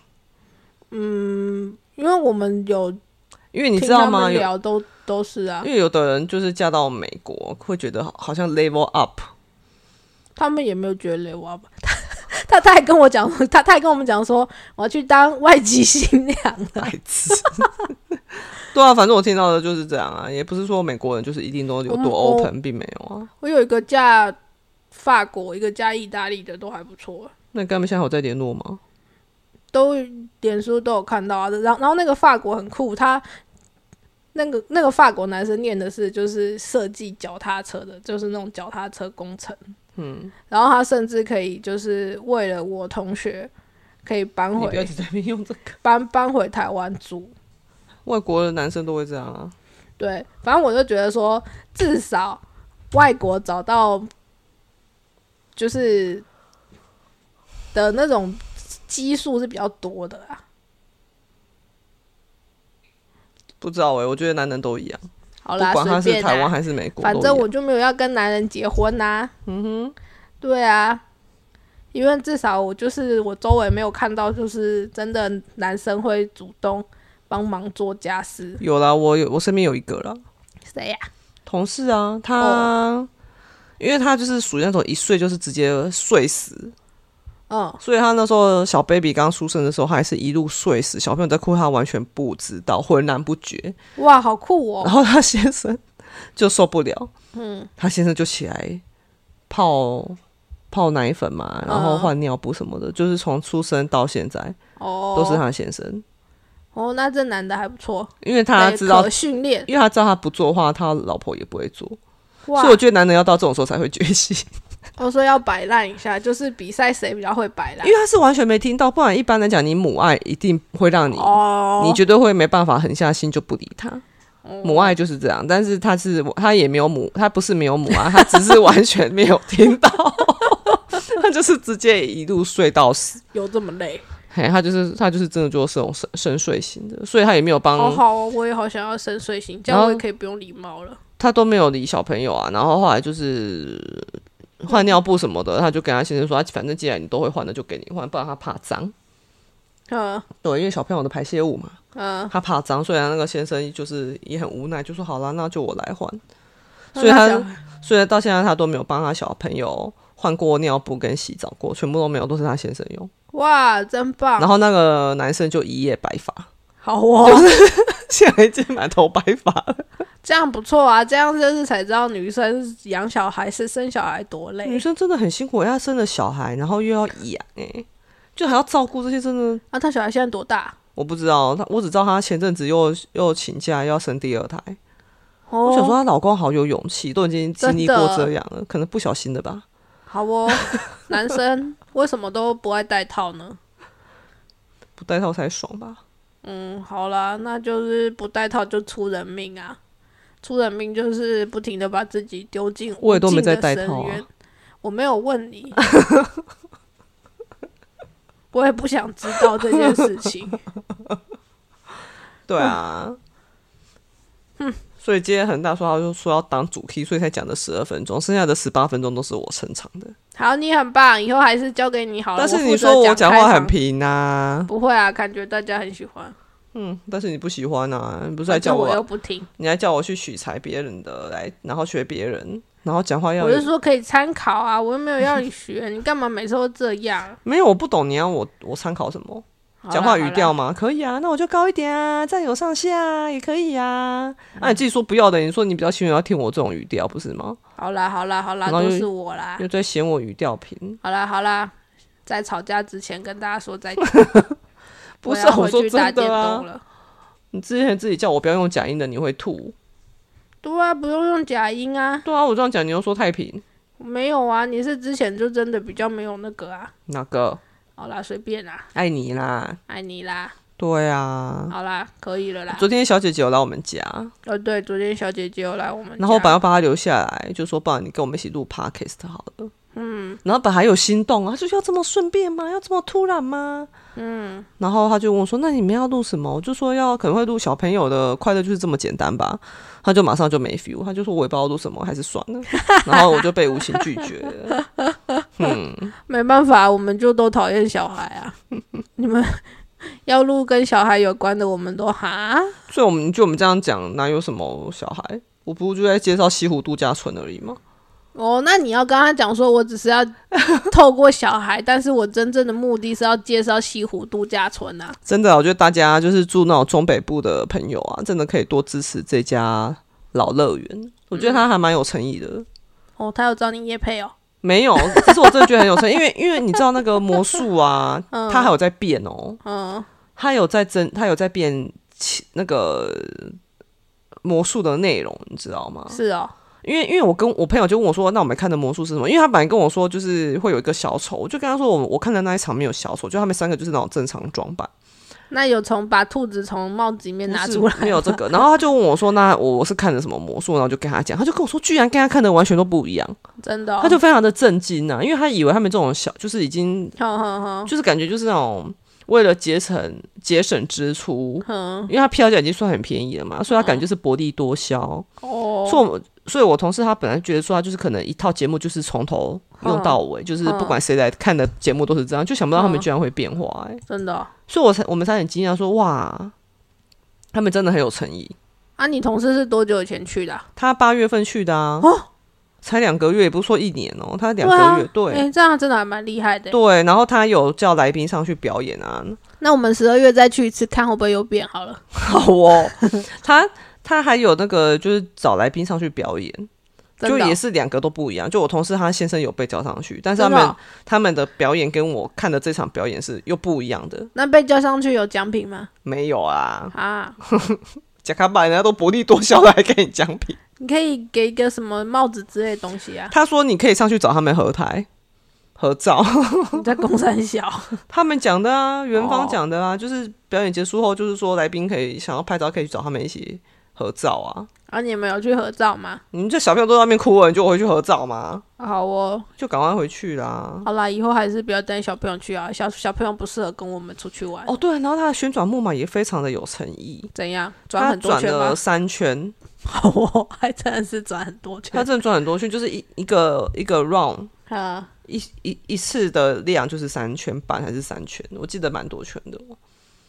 S1: 因为我们有
S2: 因为你
S1: 听
S2: 知
S1: 他
S2: 道
S1: 们
S2: 吗？有，
S1: 聊都都是啊，
S2: 因为有的人就是嫁到美国，会觉得好好像 level up，
S1: 他们也没有觉得累我吧。 [LAUGHS] 他他他还跟我讲，他他还跟我们讲说，我要去当外籍新娘 [LAUGHS] 了。
S2: 白痴。 [LAUGHS] 对啊，反正我听到的就是这样啊，也不是说美国人就是一定都有
S1: 我们
S2: 多 open，并没有啊。
S1: 我有一个嫁法国，一个嫁意大利的，都还不错，
S2: 那跟他们现在还有在联络吗？
S1: 都脸书都有看到啊。然后然后那个法国很酷，他那个那个法国男生念的是就是设计脚踏车的，就是那种脚踏车工程。
S2: 嗯，
S1: 然后他甚至可以就是为了我同学可以搬
S2: 你
S1: 回
S2: 不要一直在那边用这个，
S1: [LAUGHS]
S2: [LAUGHS]
S1: 搬搬回台湾住。
S2: 外国的男生都会这样啊。
S1: 对，反正我就觉得说，至少外国找到就是的那种基数是比较多的啊。
S2: 不知道哎、我觉得男人都一样，
S1: 好
S2: 不
S1: 啦，
S2: 管他
S1: 随
S2: 是
S1: 便
S2: 台湾
S1: 啦，
S2: 还是美国，
S1: 反
S2: 都
S1: 正
S2: 一样
S1: 我就没有要跟男人结婚呐、
S2: 嗯哼，
S1: 对啊，因为至少我就是我周围没有看到，就是真的男生会主动帮忙做家事。
S2: 有啦，我有我身边有一个啦，
S1: 谁呀、
S2: 同事啊，他、
S1: 哦
S2: 因为他就是属于那种一睡就是直接睡死，
S1: 嗯，
S2: 所以他那时候小 baby 刚出生的时候，他还是一路睡死，小朋友在哭，他完全不知道，浑然不觉。
S1: 哇，好酷
S2: 然
S1: 哦！
S2: 后他先生就受不了，嗯，他先生就起来泡泡奶粉嘛，然后
S1: 嗯
S2: 换尿布什么的，就是从出生到现在
S1: 哦，
S2: 都是他先生，
S1: 哦，那这男的还不错，
S2: 因为他
S1: 对
S2: 知道
S1: 可，训练
S2: 因为他知道他不做的话，他老婆也不会做，
S1: 哇
S2: 所以，我觉得男人要到这种时候才会觉醒。
S1: 我说要摆烂一下，就是比赛谁比较会摆烂
S2: 因为他是完全没听到，不然一般来讲，你母爱一定会让你，
S1: 哦，
S2: 你绝对会没办法狠下心就不理他。
S1: 嗯
S2: 母爱就是这样，但是他是他也没有母，他不是没有母爱，他只是完全没有听到， [LAUGHS] 他就是直接一路睡到死。
S1: 有这么累？
S2: 嘿，他就是他就是真的就是这种深深睡型的，所以他也没有帮、
S1: 好好哦，我也好想要深睡醒，这样
S2: 然后
S1: 我也可以不用理猫了。
S2: 他都没有理小朋友啊。然后后来就是换尿布什么的，他就跟他先生说，啊反正既然你都会换的，就给你换，不然他怕脏。
S1: 嗯
S2: 对，因为小朋友的排泄物嘛。
S1: 嗯，
S2: 他怕脏，所以他那个先生就是也很无奈，就说好啦，那就我来换。
S1: 那
S2: 所以他
S1: 讲
S2: 所以到现在他都没有帮他小朋友换过尿布跟洗澡过，全部都没有，都是她先生用。
S1: 哇，真棒，
S2: 然后那个男生就一夜白发，
S1: 好哦，
S2: 现在已经满头白发了。
S1: 这样不错啊，这样就是才知道女生养小孩是生小孩多
S2: 女
S1: 累
S2: 生真的很辛苦，要生了小孩，然后又要养、哎，就还要照顾这些，真的
S1: 啊。她小孩现在多大？
S2: 我不知道。她我只知道她前阵子又又请假要生第二胎，
S1: 哦
S2: 我想说她老公好有勇气，都已经经历
S1: 真
S2: 过
S1: 的
S2: 这样了，可能不小心的吧。
S1: 好哦，男
S2: [LAUGHS]
S1: 生为什么都不爱戴套呢？
S2: 不戴套才爽吧？
S1: 嗯，好啦，那就是不戴套就出人命啊！出人命就是不停的把自己丢进
S2: 我也都
S1: 无尽
S2: 没在
S1: 的
S2: 戴
S1: 深
S2: 套啊
S1: 渊我没有问
S2: [LAUGHS]
S1: 你，我也不想知道这件事情。
S2: 对啊，
S1: 嗯
S2: 所以今天恒大说他就说要当主 key，所以才讲的十二分钟，剩下的十八分钟都是我撑场的。
S1: 好，你很棒，以后还是交给你好了。
S2: 但是
S1: 我
S2: 你
S1: 负责
S2: 说我讲
S1: 开
S2: 话
S1: 场
S2: 很平啊，
S1: [LAUGHS] 不会啊，感觉大家很喜欢。
S2: 嗯，但是你不喜欢啊，你不是还
S1: 反
S2: 叫
S1: 正我
S2: 我
S1: 又不听，
S2: 你还叫我去取材别人的来，然后学别人，然后讲话要
S1: 我
S2: 有
S1: 是说可以参考啊，我又没有要你学，你干嘛每次都这样？
S2: 没有我不懂，你要我我参考什么？
S1: 好啦
S2: [LAUGHS] 讲话语调
S1: 好啦
S2: 吗？可以啊，那我就高一点啊，占有上下啊也可以啊。
S1: 嗯
S2: 啊，你自己说不要的，你说你比较喜欢要听我这种语调，不是吗？
S1: 好啦，好啦，好啦，
S2: 然后
S1: 都
S2: 又
S1: 是我啦。
S2: 又在嫌我语调平，
S1: 好啦，好啦，在吵架之前跟大家说再见。
S2: [LAUGHS] 不是
S1: 我要
S2: 啊我
S1: 回
S2: 说
S1: 去打
S2: 真
S1: 电
S2: 的
S1: 动
S2: 啊。
S1: 了。
S2: 你之前自己叫我不要用假音的，你会吐。
S1: 对啊，不用用假音啊。
S2: 对啊，我这样讲你又说太平，
S1: 没有啊，你是之前就真的比较没有那个啊。
S2: 哪个
S1: 好啦，随便啦，
S2: 爱你啦？
S1: 爱你啦。
S2: 对啊，
S1: 好啦，可以了啦。
S2: 昨天小姐姐有来我们家，
S1: 哦，对，昨天小姐姐有来我们家，
S2: 然后我本来要把她留下来，就说不然你跟我们一起录 podcast 好了。嗯，然后本来有心动啊，她就要这么顺便吗？要这么突然吗？嗯，然后她就问我说：“那你们要录什么？”我就说要可能会录小朋友的快乐就是这么简单吧。她就马上就没 feel，她就说我也不知道录什么，还是算 [LAUGHS] 了。然后我就被无情拒绝了。嗯
S1: 没办法，我们就都讨厌小孩 [LAUGHS] 啊。你们要录跟小孩有关的，我们都哈。
S2: 所以我们就我们这样讲，哪有什么小孩？我不就在介绍西湖度假村而已吗？
S1: 哦，那你要跟他讲说，我只 [LAUGHS] 是要透过小孩，但是我真正的目的是要介绍西湖度假村啊。
S2: 真的啊，我觉得大家就是住那种中北部的朋友啊，真的可以多支持这家老乐园。我觉得他还蛮有诚意的。
S1: 哦，他有找你叶配哦。
S2: 没有， [LAUGHS] 可是我真的觉得很有诚意，因为因为你知道那个魔术啊，它还有在变哦，
S1: 嗯，
S2: 它有在增，它有在变其那个魔术的内容，你知道吗？
S1: 是哦，
S2: 因为因为我跟我朋友就问我说，那我们看的魔术是什么？因为他本来跟我说就是会有一个小丑，我就跟他说我我看的那一场没有小丑，就他们三个就是那种正常装扮。
S1: 那有从把兔子从帽子里面拿 [LAUGHS] 出来
S2: 不是没有这个。然后他就问我说：“那我我是看的什么魔术？”然后我就跟他讲，他就跟我说，居然跟他看的完全都不一样，
S1: 真的、哦，
S2: 他就非常的震惊啊，因为他以为他们这种小就是已经
S1: 哼哼哼，
S2: 就是感觉就是那种为了节省节省支出，
S1: 哼嗯
S2: 因为他票价已经算很便宜了嘛，所以他感觉就是薄利多销。
S1: 哦，
S2: 所以我所以我同事他本来觉得说他就是可能一套节目就是从头用到尾，就是不管谁来看的节目都是这样，就想不到他们居然会变化、欸，
S1: 真的哦、
S2: 所以我才我们才很惊讶说哇，他们真的很有诚意。
S1: 啊，你同事是多久以前去的、啊？
S2: 他八月份去的啊，才两个月，也不是说一年哦、他两
S1: 哦啊
S2: 个月，对、
S1: 哎、这样真的还蛮厉害的。
S2: 对，然后他有叫来宾上去表演
S1: [LAUGHS]
S2: 啊，
S1: 那我们十二月再去一次，看会不会有变好了。
S2: 好哦，他他还有那个就是找来宾上去表演，
S1: 真
S2: 就
S1: 的哦
S2: 也是两个都不一样，就我同事他先生有被叫上去，但是他
S1: 真的
S2: 们
S1: 哦
S2: 他们的表演跟我看的这场表演是又不一样的，
S1: 那被叫上去有奖品吗？
S2: 没有啊，
S1: 啊，
S2: 贾卡巴人家都薄利多销了，还给你奖品，
S1: [LAUGHS] 你可以给一个什么帽子之类的东西
S2: [LAUGHS]
S1: 啊？
S2: 他说你可以上去找他们合台合照。
S1: 你在公山小，
S2: 他们讲的啊，元
S1: 哦
S2: 芳讲的啊，就是表演结束后，就是说来宾可以想要拍照，可以去找他们一起合照啊。
S1: 啊，你们有去合照吗？
S2: 你们这小朋友都在那边哭了，你就回去合照吗？
S1: 好哦，
S2: 就赶快回去啦。
S1: 好啦，以后还是不要带小朋友去啊，小小朋友不适合跟我们出去玩。
S2: 哦，对，然后他的旋转木马也非常的有诚意，
S1: 怎样？转
S2: 他
S1: 很多
S2: 转
S1: 圈吗
S2: 了？三圈，
S1: 好哦，还真的是转很多
S2: 他
S1: 圈。
S2: 真的转很多圈，就是一一个一个 round，
S1: 啊，
S2: 一一一次的量就是三圈半还是三圈，我记得蛮多圈的，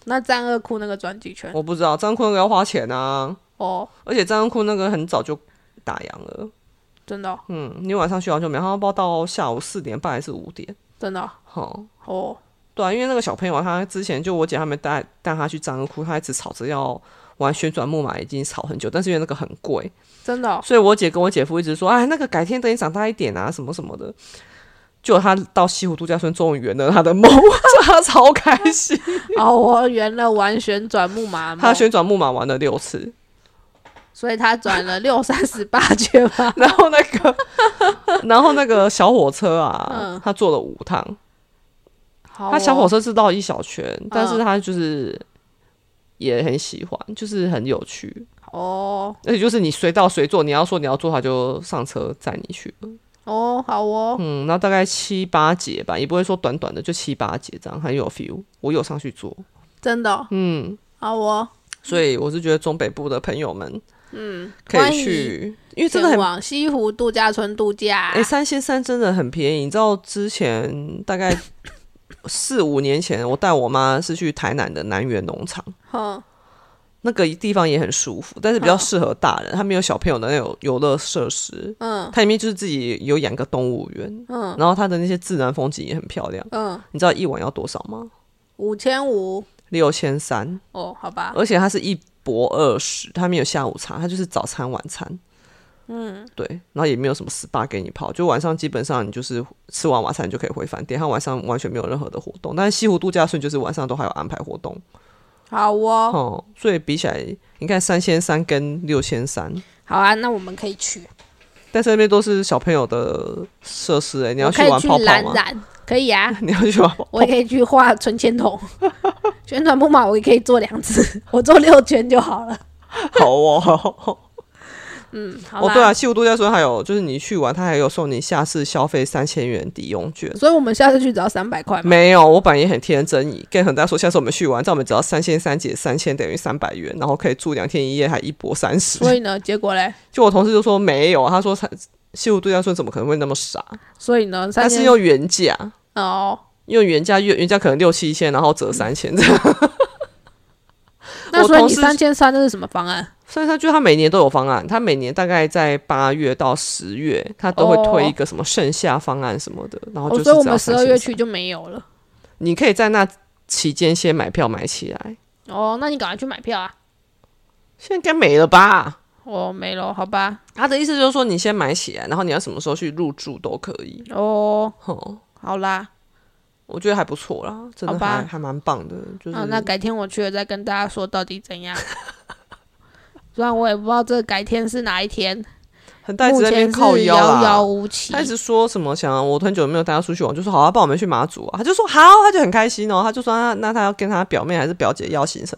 S1: 那战恶库那个转几圈？
S2: 我不知道。张坤那个要花钱啊，
S1: 哦，
S2: 而且张坤那个很早就打烊了。
S1: 真的哦、
S2: 嗯，你晚上去完就没有，他包到下午四点半还是五点，
S1: 真的哦
S2: 好、
S1: 哦，
S2: 对啊，因为那个小朋友他之前就我姐他们带带他去张库，他一直吵着要玩旋转木马，已经吵很久，但是因为那个很贵，
S1: 真
S2: [LAUGHS]
S1: 的哦、
S2: 所以我姐跟我姐夫一直说，哎，那个改天等你长大一点啊，什么什么的。就他到西湖度假村，终于圆了他的梦， [LAUGHS] 就他超开
S1: [LAUGHS]
S2: 心。
S1: 哦，我圆了玩旋转木马梦
S2: 他，旋转木马玩了六次，。
S1: 所以他转了六三十八圈吧
S2: [LAUGHS] 然后那个，然后那个小火车啊，
S1: 嗯
S2: 他坐了五趟。
S1: 好哦嗯
S2: 他小火车是绕一小圈，但是他就是也很喜欢，就是很有趣。
S1: 哦
S2: 而且就是你随到随坐，你要说你要坐，他就上车载你去了。
S1: 哦，好哦，
S2: 嗯，然后大概七八节吧，也不会说短短的，就七八节这样，很有 feel。我有上去坐，
S1: 真的哦、
S2: 嗯，
S1: 好哦，
S2: 所以我是觉得中北部的朋友们，嗯，可
S1: 欢
S2: 以
S1: 迎
S2: 去，因为真的
S1: 前
S2: 很，
S1: 往西湖度假村度假
S2: 哎、。三仙山真的很便宜。你知道之前大概四五年前，我带我妈是去台南的南园农场。
S1: 哼，
S2: 那个地方也很舒服，但是比较
S1: 嗯
S2: 适合大人，它没有小朋友的那种游乐设施。
S1: 嗯
S2: 它里面就是自己有养个动物园，
S1: 嗯
S2: 然后它的那些自然风景也很漂亮。
S1: 嗯，
S2: 你知道一晚要多少吗？
S1: 五千五
S2: 六千三，
S1: 哦，好吧，
S2: 而且它是一博二十，它没有下午茶，它就是早餐晚餐。嗯，对，然后也没有什么 SPA 给你泡，就晚上基本上你就是吃完晚餐你就可以回饭店，它晚上完全没有任何的活动。但是西湖度假村就是晚上都还有安排活动，
S1: 好哦，
S2: 哦、所以比起来，你看三千三跟六千三，
S1: 好啊，那我们可以去，
S2: 但是那边都是小朋友的设施、欸，你要
S1: 我
S2: 去
S1: 可以
S2: 玩
S1: 去
S2: 泡泡
S1: 蓝
S2: 吗？哦
S1: 染，可以啊，
S2: [LAUGHS] 你要去玩泡 [LAUGHS]
S1: 我也可以去画存钱筒， [LAUGHS] 旋转木马我也可以做两次， [LAUGHS] 我做六圈就好了。
S2: 好哦。 [LAUGHS]
S1: 嗯，好
S2: 哦
S1: 吧。，
S2: 对啊，西湖度假村还有就是你去玩，它还有送你下次消费三千元抵用券。
S1: 所以我们下次去只要三百块嘛。
S2: 没有，我本来也很天真，跟很大说，下次我们去玩，这样我们只要三千三减三千等于三百元，然后可以住两天一夜，还一博三十。
S1: 所以呢，结果嘞，
S2: [LAUGHS] 就我同事就说没有，他说才西湖度假村怎么可能会那么傻？
S1: 所以呢，三
S2: 但是
S1: 千
S2: 用原价，
S1: 哦，
S2: 用原价原原价可能六七千，然后折三千这样。
S1: 那
S2: 我
S1: 所以
S2: 同
S1: 你
S2: 事
S1: 三千三这是什么方案？
S2: 所以他就他每年都有方案，他每年大概在八月到十月，他都会推一个什么盛夏方案什么的，然后就
S1: 哦，
S2: 是
S1: 所以我
S2: 只
S1: 们
S2: 要
S1: 十二月
S2: 3300
S1: 去，就没有了。
S2: 你可以在那期间先买票买起来，
S1: 哦，那你赶快去买票啊！
S2: 现在应该没了吧？
S1: 哦，没了，好吧。
S2: 他的意思就是说，你先买起来，然后你要什么时候去入住都可以。
S1: 哦，
S2: 哦，
S1: 好啦，
S2: 我觉得还不错啦，真
S1: 好
S2: 的
S1: 吧
S2: 还还蛮棒的，就是、
S1: 啊，那改天我去了再跟大家说到底怎样。虽然我也不知道这改天是哪一天，
S2: 很带
S1: 目
S2: 子在那
S1: 前
S2: 边
S1: 是
S2: 靠腰
S1: 遥遥
S2: 啦。
S1: 无期
S2: 他。一直说什么想我很久没有带他出去玩，就说好啊，帮我们去马祖啊，他就说好，他就很开心哦，他就说那那他要跟他表妹还是表姐要行程，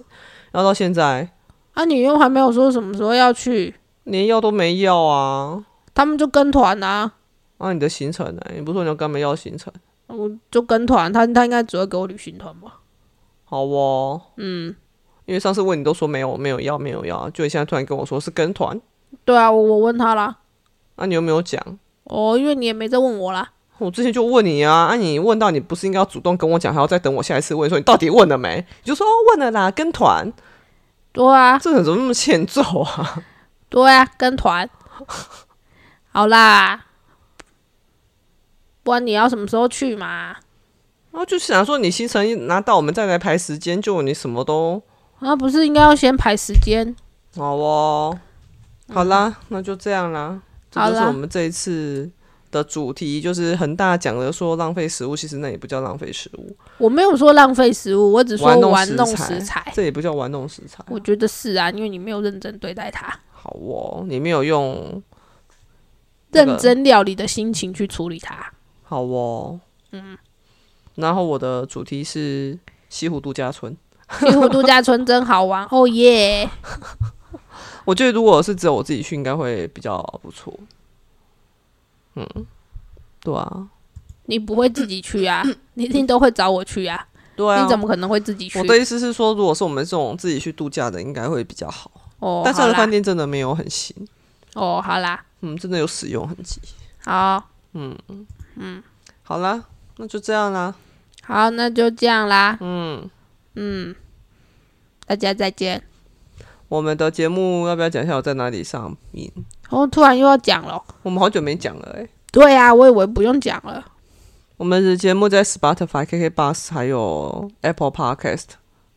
S2: 然后到现在
S1: 啊，你又还没有说什么时候要去，
S2: 连要都没要啊！
S1: 他们就跟团啊，
S2: 啊，你的行程呢、你不是说你要跟他们要行程？
S1: 我就跟团，他他应该只会给我旅行团吧？
S2: 好哦，嗯，因为上次问你都说没有，没有要，没有要，就你现在突然跟我说是跟团，
S1: 对啊，我我问他啦，
S2: 啊，你有没有讲？
S1: 哦，因为你也没在问我啦。
S2: 我之前就问你啊，啊，你问到你不是应该要主动跟我讲，还要再等我下一次问说你到底问了没？你就说、哦、问了啦，跟团，
S1: 对啊，
S2: 这人怎么那么欠揍啊？
S1: 对啊，跟团。 [LAUGHS] 好啦，不然你要什么时候去嘛？
S2: 然后就想说你行程一拿到，我们再来排时间，就你什么都
S1: 那不是应该要先排时间？
S2: 好哦，好啦，那就这样啦。这
S1: 嗯好
S2: 就是
S1: 啦
S2: 我们这一次的主题，就是恒大讲的说浪费食物，其实那也不叫浪费食物，
S1: 我没有说浪费食物，我只说
S2: 玩弄
S1: 玩弄
S2: 食材
S1: 食材。
S2: 这也不叫玩弄食材。
S1: 我觉得是啊，因为你没有认真对待它，
S2: 好哦，你没有用，那个
S1: 认真料理的心情去处理
S2: [LAUGHS]
S1: 它。
S2: 好哦，嗯。然后我的主题是西湖度假村。
S1: 西湖度假村真好玩，哦耶！
S2: 我觉得如果是只有我自己去，应该会比较不错。嗯，对啊，
S1: 你不会自己去
S2: [COUGHS]
S1: 啊？你一定都会找我去啊？
S2: 对啊。
S1: 你怎么可能会自己去
S2: 我？的意思是说，如果是我们这种自己去度假的，应该会比较好。
S1: 哦，
S2: 但是
S1: 好
S2: 它的
S1: 啦
S2: 饭，店真的没有很行，
S1: 哦，好啦，
S2: 嗯，真的有使用痕迹。
S1: 好
S2: 好啦，那就这样啦，
S1: 好，那就这样啦，
S2: 嗯，
S1: 大家再见。
S2: 我们的节目要不要讲一下我在哪里上映？
S1: 然后哦突然又要讲了。
S2: 我们好久没讲了哎、
S1: 对呀、我以为不用讲了。
S2: 我们的节目在 Spotify、KK Bus 还有 Apple Podcast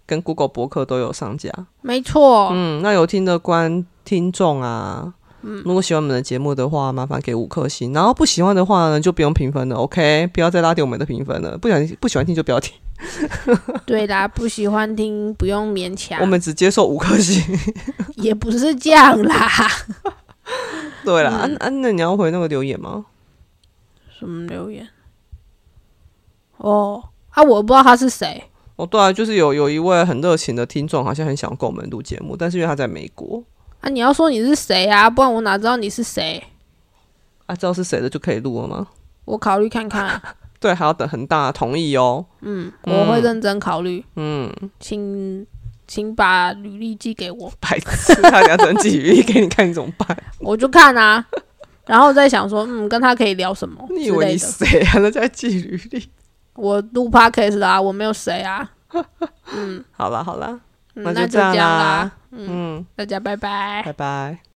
S2: 跟 Google 博客都有上架。
S1: 没错，
S2: [LAUGHS] 嗯，那有听的观听众啊，
S1: 嗯
S2: 如果喜欢我们的节目的话，麻烦给五颗星。然后不喜欢的话呢，就不用评分了，OK？不要再拉低我们的评分了。不想不喜欢听就不要听，
S1: 对啦，不喜欢听不用勉强，
S2: 我们只接受五颗星。 [LAUGHS]
S1: 也不是这样啦。 [LAUGHS]
S2: 对
S1: 嗯
S2: 啦，安、安、那你要回那个留言吗？
S1: 什么留言？哦啊，我不知道他是谁。
S2: 哦，对啊，就是有有一位很热情的听众，好像很想跟我们录节目，但是因为他在美国，
S1: 啊，你要说你是谁啊？不然我哪知道你是谁？
S2: 啊，知道是谁的就可以录了吗？
S1: 我考虑看看，
S2: 对，还要等恒大同意哦。
S1: 我会认真考虑，
S2: 嗯，
S1: 请请把履历寄给我，
S2: 白痴，他等下整几语给你看，你怎么
S1: [LAUGHS]
S2: 办？
S1: 我就看啊，然后再想说，嗯，跟他可以聊什么
S2: 你以
S1: 之
S2: 为
S1: 类
S2: 你
S1: 的。
S2: 谁啊？那在寄履历。
S1: 我录 podcast 的啊，我没有谁啊，
S2: 好啦好啦，
S1: 嗯
S2: 那
S1: 那
S2: 就
S1: 就
S2: 这样
S1: 这样啦，
S2: 嗯，
S1: 大家拜拜
S2: 拜。拜。